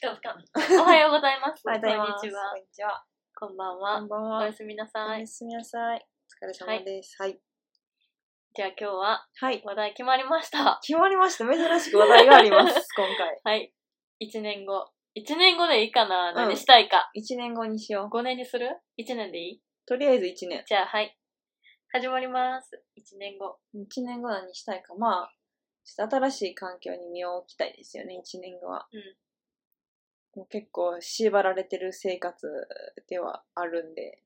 かぶか。おはようございます。おはようございます。こんにちは。こんにちは。こんばんこはん。ばんおは。やすみなおさいや。すみなさい。お疲れ様です。はい。じゃあ今日ははい。話題決まりました。決まりました。珍しく話題があります。 今回。はい。1年後。1年後でいいかな何うんしたいか。一年後にしよう。 5年にする ?1 年でいいとりあえず一年。じゃあはい。始まります。1年後。一年後何したいか。まあ、ちょっと新しい環境に身を置きたいですよね。一年後は。うんもう結構縛られてる生活ではあるんで、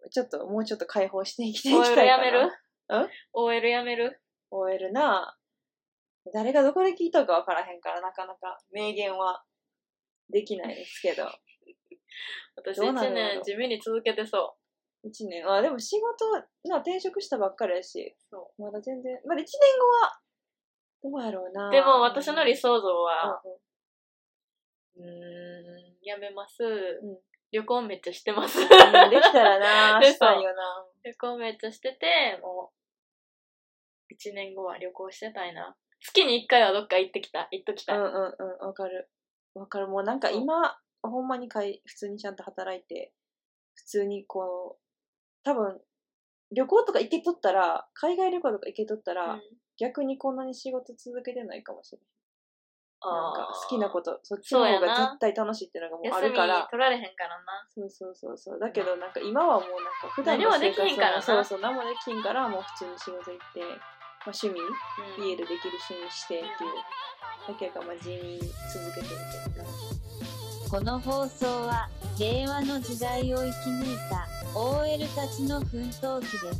うん。ちょっともうちょっと解放していきていきた OL いかな。やめるん ?OL やめる ?OL な、誰がどこで聞いたかわからへんから、なかなか名言はできないですけど。私どう1なるんやろ年地味に続けてそ一年あでも仕事な転職したばっかりやしう。そまだ全然まだ一年後はどうやろうなうでも私の理想像は、ううーん、やめます。んうん旅行めっちゃしてます。うんでき たらな嘘したいよな旅行めっちゃしてて、もう、1年後は旅行してたいな。月に1回はどっか行ってきた。行っときたうい。んうんうんわかるわかるもうなんか今ほんまにかい普通にちゃんと働いて普通にこう多分旅行とか行けとったら海外旅行とか行けとったら、うん逆にこんなに仕事続けてないかもしれないなあんーか好きなことそっちの方そうやがな絶対楽しいっていうのがもうあ休るみから取られへんからな。そうそうそうそう。だけどなんか今はもうなんか普段何もできんからなそうそう、何もできんからもう普通に仕事行って、まあ、趣味、うん家でできる趣味してっていう。だけがまあ地味に続けてるけど。この放送は令和の時代を生き抜いた OL たちの奮闘記で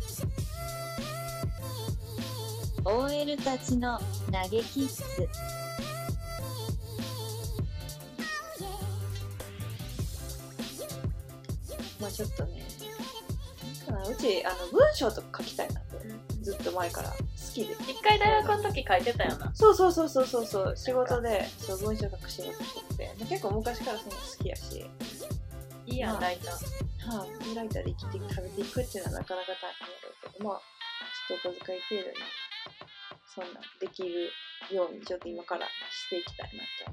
す OL たちの嘆き室まあちょっとね、なんかなうちあの文章とか書きたいなって、うんずっと前から好きで。一回大学の時書いてたよな。そうそうそうそうそうそう仕事でそう文章書く仕事しててまあ結構昔からその好きやし、いいやまん、あ大ちゃん。はあ、フリーライターで生きて食べていくっていうのはなかなか大変だろうけど、まあ、ちょっとお小遣い程度に、そんな、できるように、ちょっと今からしていきたいなと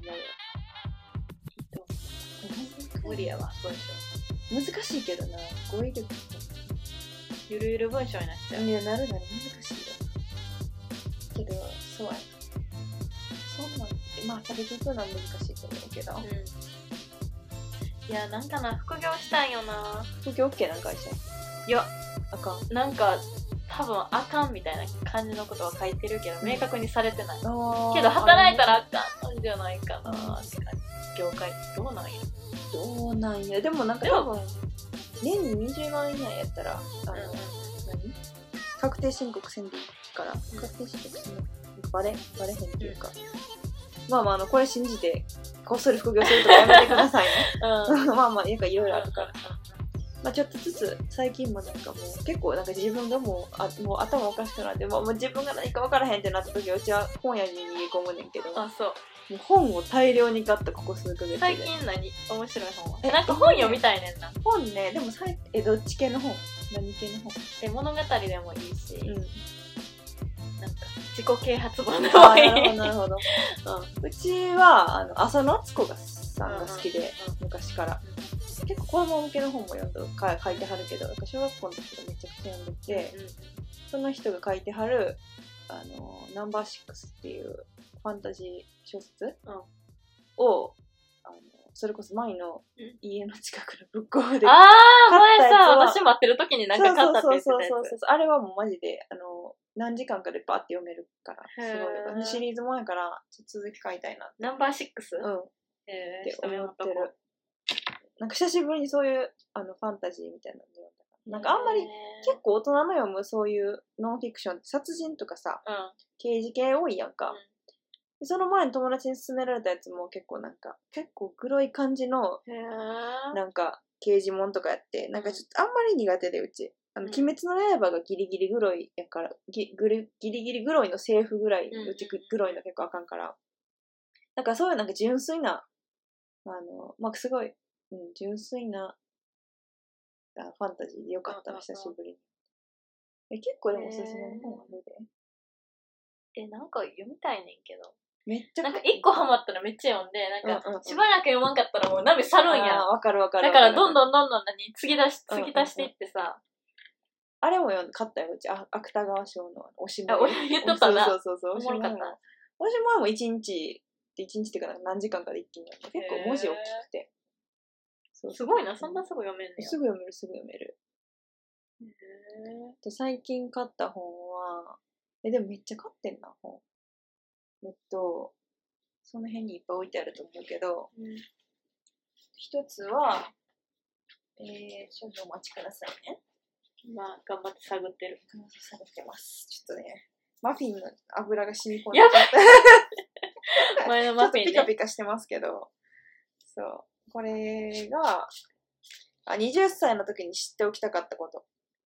思うよ。無理やわ、文章。難しいけどな、語彙力とか。ゆるゆる文章になっちゃう。いや、なるなり難しいよ。けど、そうやな。そんなん、まあ、食べていくのは難しいと思うけど、うんいや、なんかな、副業したいよな。副業 OK なん会社いや、あかん。なんか、多分あかんみたいな感じのことは書いてるけど、明確にされてない。けど、働いたらあかんんじゃないかなって感じ。業界、どうなんや。どうなんやでもなんかでも多分年に20万円以内やったらあの、何確定申告せんでいいから、ん確定申告せんでなんかバレバレへんっていうか、まあまああのこれ信じてこっそり副業するとかやめてくださいねううん。 まあまあなんかいろいろあるから、うまあ、ちょっとずつ最近もなんかもう結構なんか自分がもうあもう頭おかしくなって、まあ、もう自分が何か分からへんってなった時はうちは本屋に逃げ込むねんけどんあ、そう。もう本を大量に買ったここ数ヶ月で最近何面白い本はえなんか本読みたいねんな。本ねでもさいえどっち系の本何系の本え、物語でもいいし、うんなんか自己啓発本であもあいなるほい。どなるほど、うちはあの浅野敦子がさんが好きで、うんうんうん昔から結構子供向けの本も読んどか書いてはるけどなんか小学校の時とかめちゃくちゃ読んでて、その人が書いてはるあのナンバーシックスっていうファンタジー小説、うんをあのそれこそ前のうん家の近くの ブックオフでああ、買前ったやつさ、は私待ってる時になんか買ったって言ってそたうそうやそうそうそうあれはもうマジであの何時間かでバーって読めるからすごいよかったへーシリーズもんやからちょっと続き書いたいなつ。ナンバーシックスうんっえー、てちょっとメ思モっっとてこるう。なんか久しぶりにそういうあのファンタジーみたいなの読んだからなんかあんまへりー結構大人の読むそういうノンフィクションって殺人とかさうん。刑事系多いやんか、うんでその前に友達に勧められたやつも結構なんか結構黒い感じのへーなんか刑事もんとかやってなんかちょっとあんまり苦手でうちあの、うん鬼滅の刃がギリギリグロいやからぎぐるギリギリグロいのセーフぐらいうんうんうんうちぐグロいの結構あかんからなんかそういうなんか純粋なあのまあすごい、うん、純粋なあファンタジーでよかったうんなうん久しぶりにえ結構でもおすすめのへー本あるでえ、なんか読みたいねんけど。めっちゃなんか一個ハマったらめっちゃ読んで、なんうんうんうかんしばらく読まんかったらもう波去るんやあー。わかるわかるだからどんんどんどんどん何、継ぎ出し、うん継ぎ足していってさ、あれも読んで買ったようちあ芥川賞のおしまいあ俺言っとったなそうそうそうおそもうろかったおしまいもおしまいも一日で一日っていうかなんか何時間かで一気に読んで結構文字大きくてそうすごいな、そんなすぐ読めんねや。すぐ読めるすぐ読めるあと最近買った本は、え、でもめっちゃ買ってんな、本。えっと、その辺にいっぱい置いてあると思うけど、うん一つは、えー、少々お待ちくださいね。まあ、頑張って探ってる。感じされてます。ちょっとね、マフィンの油が染み込んでやばちゃって、前のちょマっフとィンピねカピカしてますけど、そう。これが、あ、20歳の時に知っておきたかったこと。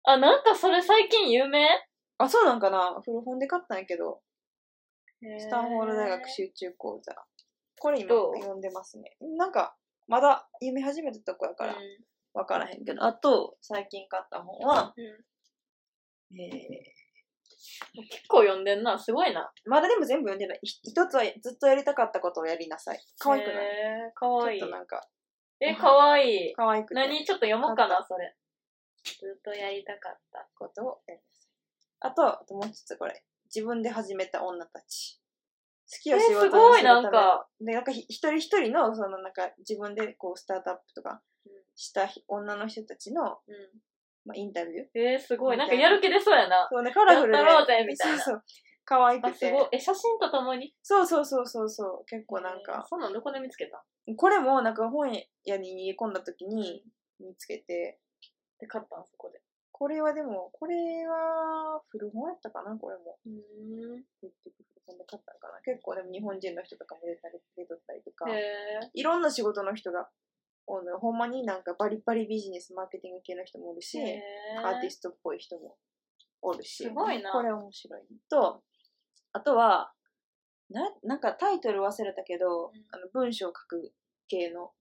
あ、なんかそれ最近有名あ、そうなんかな古本で買ったんやけど、スタンフォード大学集中講座。これ今どう読んでますね。なんか、まだ読み始めたとこやからうん分からへんけど、あと、最近買った本は、うんえー結構読んでんな、すごいな。まだでも全部読んでない。ひ一つはずっとやりたかったことをやりなさい。可愛くないへーかわいいちょっと。なんか、え、かわいい。可愛くない何ちょっと読もうかな、それ。ずっとやりたかった。ことをやりなさい。あと、あともう一つこれ。自分で始めた女たち。好きえをー、仕す事にごすい、るなたんめか。で、なんかひ一人一人の、そのなんか自分でこうスタートアップとかしたひ女の人たちの、うんまあ、インタビューえー、すごい。なんかやる気出そうやな。そうね、カラフルで。やったろうぜみたいなそうそう。可愛あ、くすて。ごい。え、写真とともに。そうそうそうそうそう。結構なんえーか、そんなんどこで見つけたこれもなんか本屋に逃げ込んだ時に見つけて、で、買ったん、そこで。これはでも、これは古本やったかなこれも。うん。結局古本で買ったのかな結構でも日本人の人とかも出たり、出とったりとか、へーいろんな仕事の人がおるのよほんまになんかバリバリビジネス、マーケティング系の人もおるし、へーアーティストっぽい人もおるし。すごいなこれ面白いのと、あとは、な、なんかタイトル忘れたけど、うんあの文章を書く系の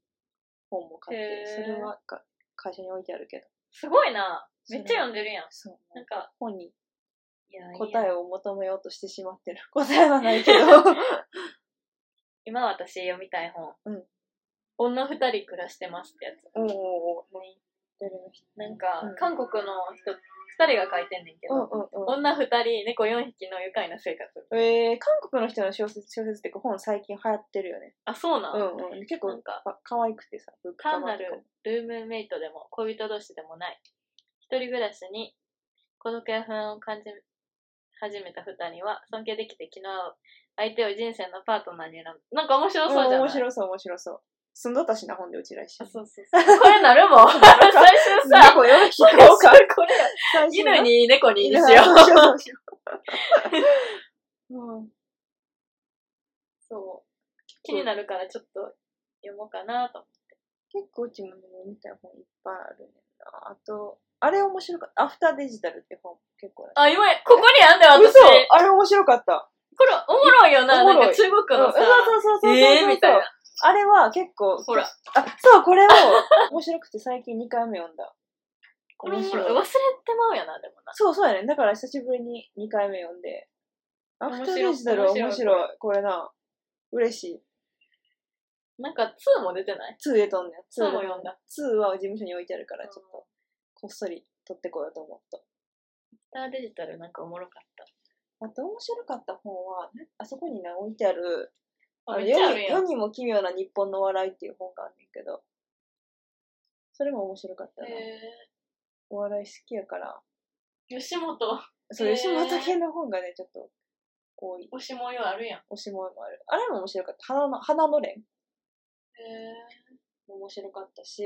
本も買って、へそーれはか会社に置いてあるけど。すごいな。めっちゃ読んでるやん。そう。なんか、本にいや答えを。を求めようとしてしま ってる。答えはないけど。今私読みたい本。うん女二人暮らしてますってやつ。おうおうおう誰の人なんか、うん韓国の人、二人が書いてんねんけうど、んうんうん。女二人、猫四匹の愉快な生活。えー、韓国の人の小説、小説っていうか本最近流行ってるよね。あ、そうなん、うんうん。結な構んかか可愛くてさ、物価単もなとかもるルームメイトでも恋人同士でもない。一人暮らしに孤独や不安を感じ始めた二人は尊敬できて気の合う相手を人生のパートナーに選ぶ。なんか面白そうじゃない、面白そう、面白そう。住んどったしな、本でうちら一緒あに。そうそうそう。これなる もん。最初さ、猫よろしいこれですかこれ、最初の犬に猫ににし犬よにしようう。そう しよう。うんそう。気になるからちょっと読もうかなと思って。結構うちもね、みたいな本いっぱいあるねんな。あと、あれ面白かった。アフターデジタルって本結構あ、今、ここにあんだよ、私。嘘こあれ面白かった。れ、おもろいよな、おもなんろいか中国うんのそうさ。そうそうそうそうそう。えーみたいな。あれは結構、ほら。あ、そう、これを面白くて最近2回目読んだ。これお面も白ろいい忘れてまうやな、でもな。そうそうやね。だから久しぶりに2回目読んで。アフ面白いターデジタルは面面白白い。これな、嬉しい。なんか2も出てない2でとんねん。 ?2 もで読んだ。 2は事務所に置いてあるから、うんちょっと、こっそり取ってこようと思った。スターデジタルなんかおもろかった。あと面白かった本は、あそこにな、置いてある、あ、あのめっちゃあ世るにや世ん。にも奇妙な日本の笑いっていう本があるんだけど、それも面白かったな。えお笑い好きやから、ー、吉本、そう、へー吉本系の本がね、ちょっと、多い。推し模様あるやん。おしもいもある。あれも面白かった。花の、花のれんえも面白かったし、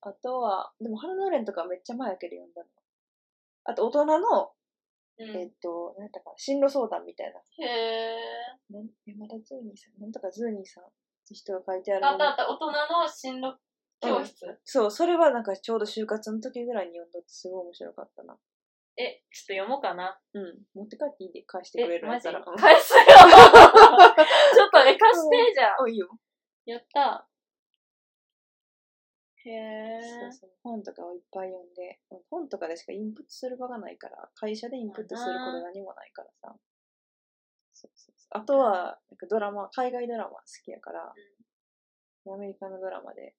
あとは、でも花のれんとかめっちゃ前やけど読んだの。あと、大人の、ー、えっと、何やったかな、進路相談みたいな。うん。へなん山田ズーニーさん、なんとかズーニーさんって人が書いてあー。るあったあの。った、大人の進路教室。そう、それはなんかちょうど就活の時ぐらいに読んどってすごい面白かったな。え、ちょっと読もうかな。うん。持って帰っていいで返してくれえ、るんマやっジたら。うん 返すよちょっとえ、貸してじゃん。あ、いいよ。やった。へそうえ。そう本とかをいっぱい読んで、本とかでしかインプットする場がないから、会社でインプットすること何もないからさ。そうそうそう。あとは、なんかドラマ、海外ドラマ好きやから、アメリカのドラマで、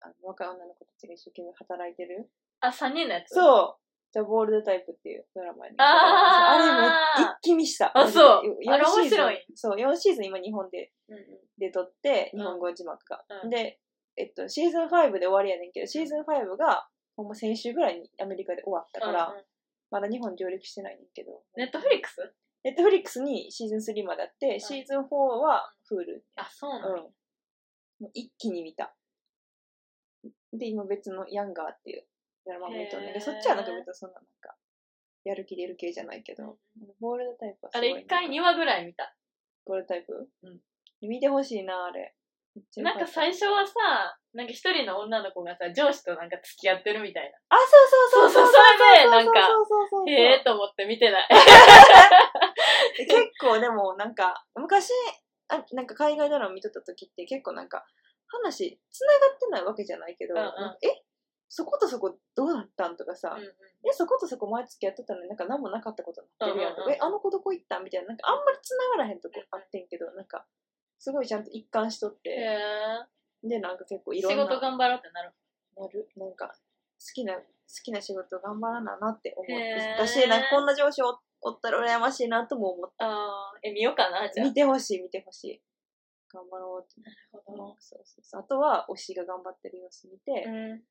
あの若い女の子たちが一生懸命働いてる。あ、3人のやつう。そうじゃボールドタイプっていうドラマやねんけどあーあれも一気見した。あそうマジであれ四シーズン面白いそう、4シーズン今日本でうんうん、で撮って、うん日本語字幕が。うんで、えっと、シーズン5で終わりやねんけど、シーズン5が、ほんま先週ぐらいにアメリカで終わったから、うんうんまだ日本上陸してないねんけど。ネットフリックスネットフリックスにシーズン3まであって、シーズン4は Hulu。あ、そうなうんの、。もう一気に見た。で、今別のヤンガーっていうドラマも見とんねんけへーど、そっちはなんか別にそんななんか、やる気出る系じゃないけど、ボールドタイプはすあごい、れ1回2話ぐらい見た。ボールドタイプうん。見てほしいな、あれ。めっちゃよなんか最初はさ、なんか一人の女の子がさ、上司となんか付き合ってるみたいな。あ、そうそうそそううそうそれでなんかそうそうそうそうそうええー、と思って見てない。で結構でもなんか、昔、あなんか海外ドラマ見とった時って結構なんか、話、繋がってないわけじゃないけど、うんうんなんかえそことそこどうなったんとかさ、うんうんえ、そことそこ前付き合ってたのになんか何もなかったことになってるやんとうんうんか、うんえ、あの子どこ行ったみたいな、なんかあんまり繋がらへんとこあってんけど、なんか、すごいちゃんと一貫しとっへて、えで、なんか結構いろ仕んな、事頑張ろうってなる。なる、なんか、好きな、好きな仕事頑張らななって思っへーてたし、なんかこんな上司おおったら羨ましいなとも思っあー、え、見ようかな、じて、ゃあ。見てほしい、見てほしい。頑張ろうって。うそうそうそう。あとは、推しが頑張ってる様子見て、ん。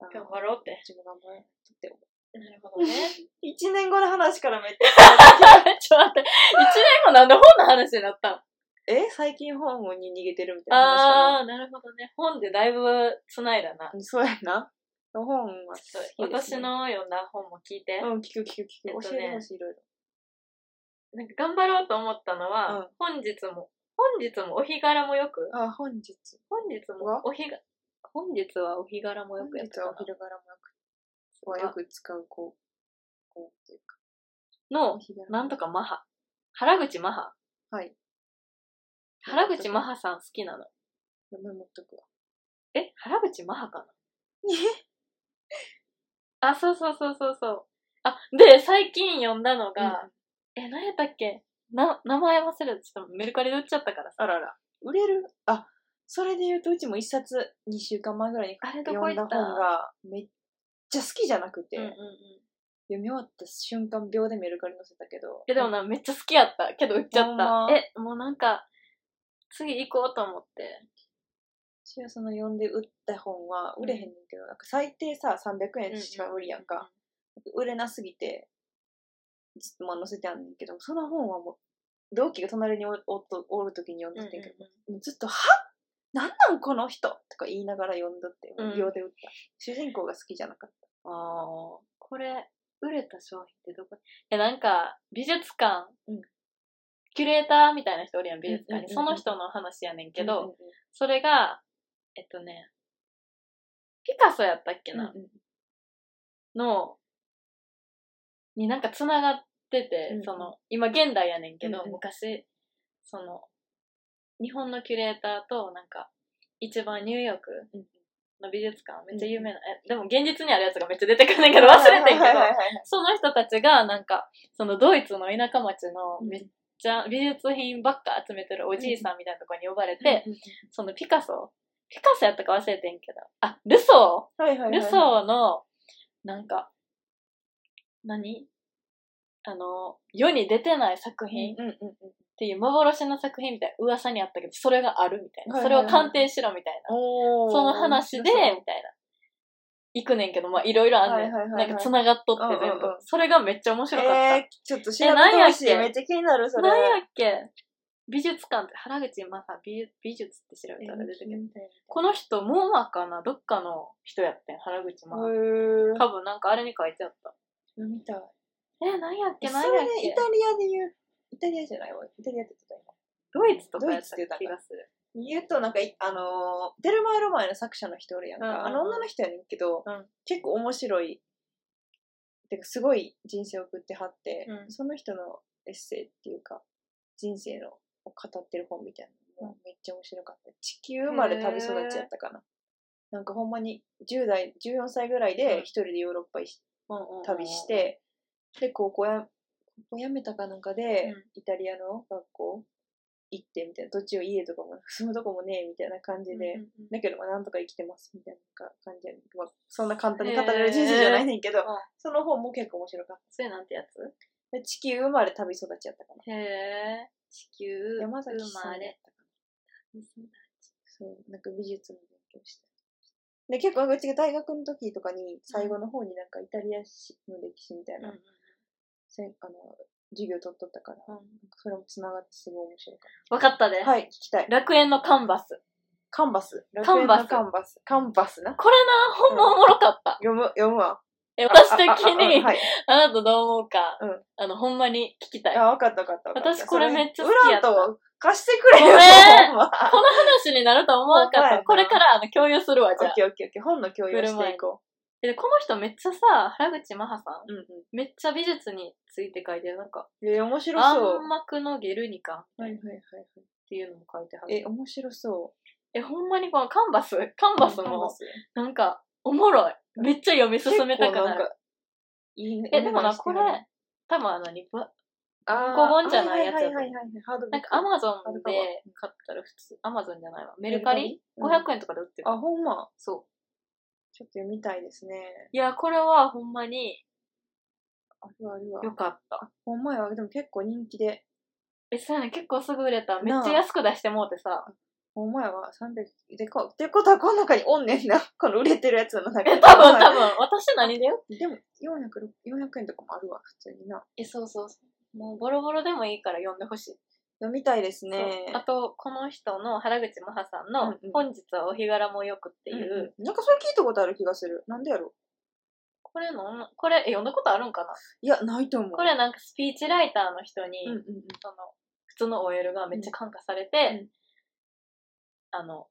あー頑張ろうって。自分頑張ろうって思う。なるほどね。 一年後の話からめっち ゃ ちょっと待って。一年後なんで本の話になったのえ最近ホームに逃げてるみたいなあ話あ、なるほどね。本でだいぶ繋いだな。かなそうやな。本は好ちょっきとです私ね、の読んだ本も聞いて、うん、聞く聞くえっ聞く。と教ねえてほしい、いろいろ。なんか頑張ろうと思ったのは、うん本日も、本日もお日柄もよく、あ、本日。本日もはお日が、本日はお日柄もよ本くやっ日たはかお昼柄もよく。はなよく使う、こう。こうっていうか。の、昼柄なんとかマハ。原口マハ。はい。原口マハさん好きなの。名前持っとくわ。え、原口マハかなあ、そうそうそうそうそう。あ、で、最近読んだのが、うんえ、何やったっけな、名前忘れた。ちょっとメルカリで売っちゃったからさ。あらら。売れるあ、それで言うと、うちも一冊、二週間前ぐらいにあれどこ行読んだった本が、めっちゃ好きじゃなくて、うんうんうん。読み終わった瞬間、秒でメルカリ載せたけど。え、でもな、めっちゃ好きやった。けど売っちゃほっんたま。え、もうなんか、次行こうと思って。一応その読んで売った本は売れへんねんけど、なんか最低さ300円しか無理やんか、売れなすぎてずっとまあ載せてあんねんけどその本はもう同期が隣におおっとおる時に読んうんうどん。ってんけど、うんうんもうずっと「はなんなんこの人!」とか言いながら読んどってうん秒で売った、主人公が好きじゃなかっああ、これ、売れた商品ってどこにえ、なんか、美術館、うんキュレーターみたいな人おるやん、美術館うんうんうんに。うんその人の話やねんたけど、うんうんうんそれが、えっとね、ピカソやったっけな、うんうんの、になんか繋がってて、うんうんその、今現代やねんけど、うんうん昔、その、日本のキュレーターと、なんか、一番ニューヨークうんうんの美術館、めっちゃ有名な、え、でも現実にあるやつがめっちゃ出てくんねんけど、忘れてんけどはいはい、はいはいその人たちが、なんか、そのドイツの田舎町のめっちゃ美術品ばっか集めてるおじいさんみたいなとこに呼ばれて、うんうんそのピカソピカソやったか忘れてんけど、あ、ルソはいはいはーいルソーの、なんか、何あの、世に出てない作品っうんうんうんうんていう幻の作品みたいな噂にあったけど、それがあるみたいな。はいそはいれはをい鑑定しろみたいな。おーその話で、みたいな。行くねんけど、まあいろいろあんねん。はいはいはいはないんか繋がっとって全部うんうんうん。それがめっちゃ面白かった。えー、ちょっと調べてほしいえ何やっけめっちゃ気になるそれ何やっけ美術館って原口真さん美術美術って調べたら出てくる。この人、モーマかなどっかの人やってん、原口真帆。へー多分なんかあれに書いてあった。読みたい。え、何やっけそ何れやっね、けイタリアで言う、イタリアじゃないわ。イタリアって言ってたドイツとかやっドイツって言ったた気がする。今。言うと、なんかい、あのー、デルマエロマエの作者の人おるやんか。うんうんうんあの女の人やねんけど、うん結構面白い。てか、すごい人生を送ってはって、うんその人のエッセイっていうか、人生のを語ってる本みたいなのもめっちゃ面白かった。地球生まれ旅育ちやったかな。なんかほんまに10代、14歳ぐらいうんで一人でヨーロッパ行っうんうんうん旅し、て、で、高校や、校辞めたかなんかで、うんイタリアの学校行ってみたいな、どっちを家とかも、住むとこもねえみたいな感じで、うんうんうんだけど、まあ、なんとか生きてますみたいなか感じやねんまあ、そんな簡単に語れる人生じゃないねんけど、ーうんその本も結構面白かっそれなんてやつた。で地球生まれ旅育ちやったかな。へえ地球山崎生まさんやっれたかな。そう、なんか美術の勉強して。で、結構、うちが大学の時とかに、最後の方になんかイタリア史の歴史みたいな、せんあの授業取っとったから、それもつながってすごい面白かっ分かったで、た。はい、聞きたい。楽園のカンバスカンバス。カンバス楽園のカンバス。カンバスな。これなほんまおもろかった、読む、読むわ。え私的あああにあはい。あなたどう思うか、うんあのほんまに聞きたいあ、わかったわかったわかった。私これめっちゃ好それきやったウランと貸してくれよ。ごめんほんまこの話になるとは思わなかほんまっやたなこれからあの共有するわオじゃッあケーオッケーオッケー。本の共有をしていこでこの人めっちゃさ原口真帆さんう。うんうん。めっちゃ美術について書いてるなんかえー、「面白そう。暗幕のゲルニカ」っはいはいはいはい。ていうのも書いてはるえ、面白そう。えほんまにこのカンバスカンバスカンバもスなんかおもろいめっちゃ読み進めたく結構なんるかいいね。えでもなこれ多分あのリバ文庫本じゃないやつやはと思ういはいはいはいはい。ハードブなッんクかアマゾあンるでかも買ったら普通アマゾンじゃないわメルカリ円。 500円とかで売ってるあ、ほんま。そうちょっと読みたいですね。いやこれはほんまにあるあるわ。良かったほんまやわ。でも結構人気で。えそうやね結構すぐ売れためっなあちゃ安く出してもうて さほんまやわ。300。でか。ってことはこの中におんねんな。 この売れてるやつの中に。え多分多分私何でよでも、400、400円とかもあるわ。普通にな。えそうそうそうもうボロボロでもいいから読んでほしい読みたいですそうね。あとこの人の原口真帆さんうのんう「ん本日はお日柄もよく」ってていう、なんかそれ聞いたことある気がする。なんでやろこれのこれえ読んだことあるんかないや、ないと思う。これなんかスピーチライターの人に、うんうんうん。その普通の OL がめっちゃ感化されて、あの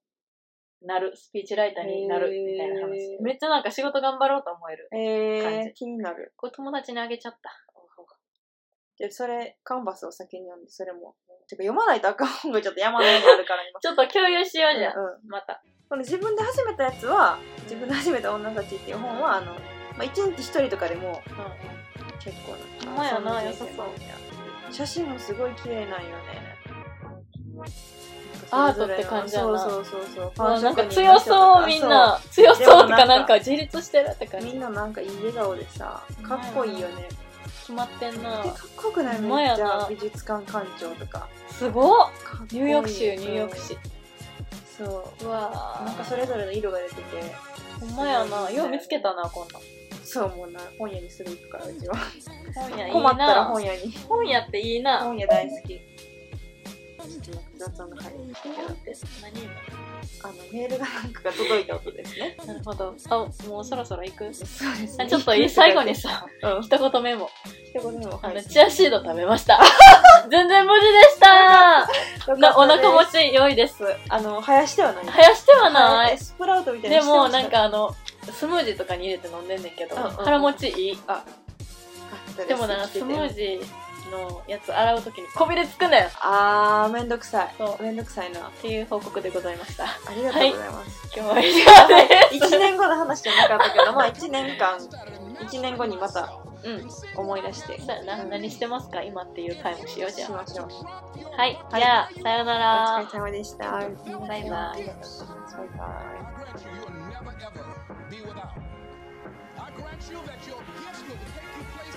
なるスピーチライターになるみたいな話へーめっちゃなんか仕事頑張ろうと思える感えじー、気になる。これ友達にあげちゃったで、それ、カンバスを先に読んで、それも。てか、読まないとアカウン トちょっと山のようにあるから、今。ちょっと共有しようじゃん、うんうんまたこの自分で始めたやつは、自分で始めた女たちっていう本は、あの、まあ、一日一人とかでもう結構ほなんまやなそん人生もあるんや写真もすごい綺麗なんよね。アートって感じやなそうそうそうそう。ん、パンなん職か人強の人とそうみん。な強そうとでかもななんんかか自立してるってそ感うみじんななんかいい笑顔でさ、かっこいいよね。決まってんなで、かっこよくないほんめまっやちなゃ美術館館長とか。すごっかっこいいニューヨーク州ニューヨーク。そ市うそうわう。ーなんかそれぞれの色が出てて。ほんまやなすごいよう見つけたなこんなんそうもうな、本屋にすぐ行くから、うちは。本屋いいな困ったら本屋に。本屋っていい な本屋大好き。ちょっと雑音が入るんですけどあの、メールがなんかが届いた音ですね。なるほど。あ、もうそろそろ行くそうですあちょっといい最後にさ、うん。一言メモ。一言でもあ入の、る。チアシード食べま した。全然無事でしたなお腹持ち。ち良いです。あの、林ではない。生やしてはなえい。スプラウトみたいでなのしても、ましたなん。かあの、スムージーとかに入れて飲んでんねんけど、うんうんうん腹持ちいい。でもな、スムージジーのやつ洗うときにこびりつくねんっあー、めんどくさい。そうめんどくさいな。ていう報告でございました。ありがとうございます。今日は以上です。 一1年後の話じゃなかったけど、まあ1年間、1年後にまたうん。思い出して。そうやな、何してますか今っていう回もしようじゃしん。はましょう。い、じゃあ、さようなおら。疲れ様でした。ババイイバイ。バイ。 I grant you, you'll never ever be without. I grant you that your gifts will take you places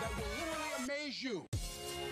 that will literally amaze you.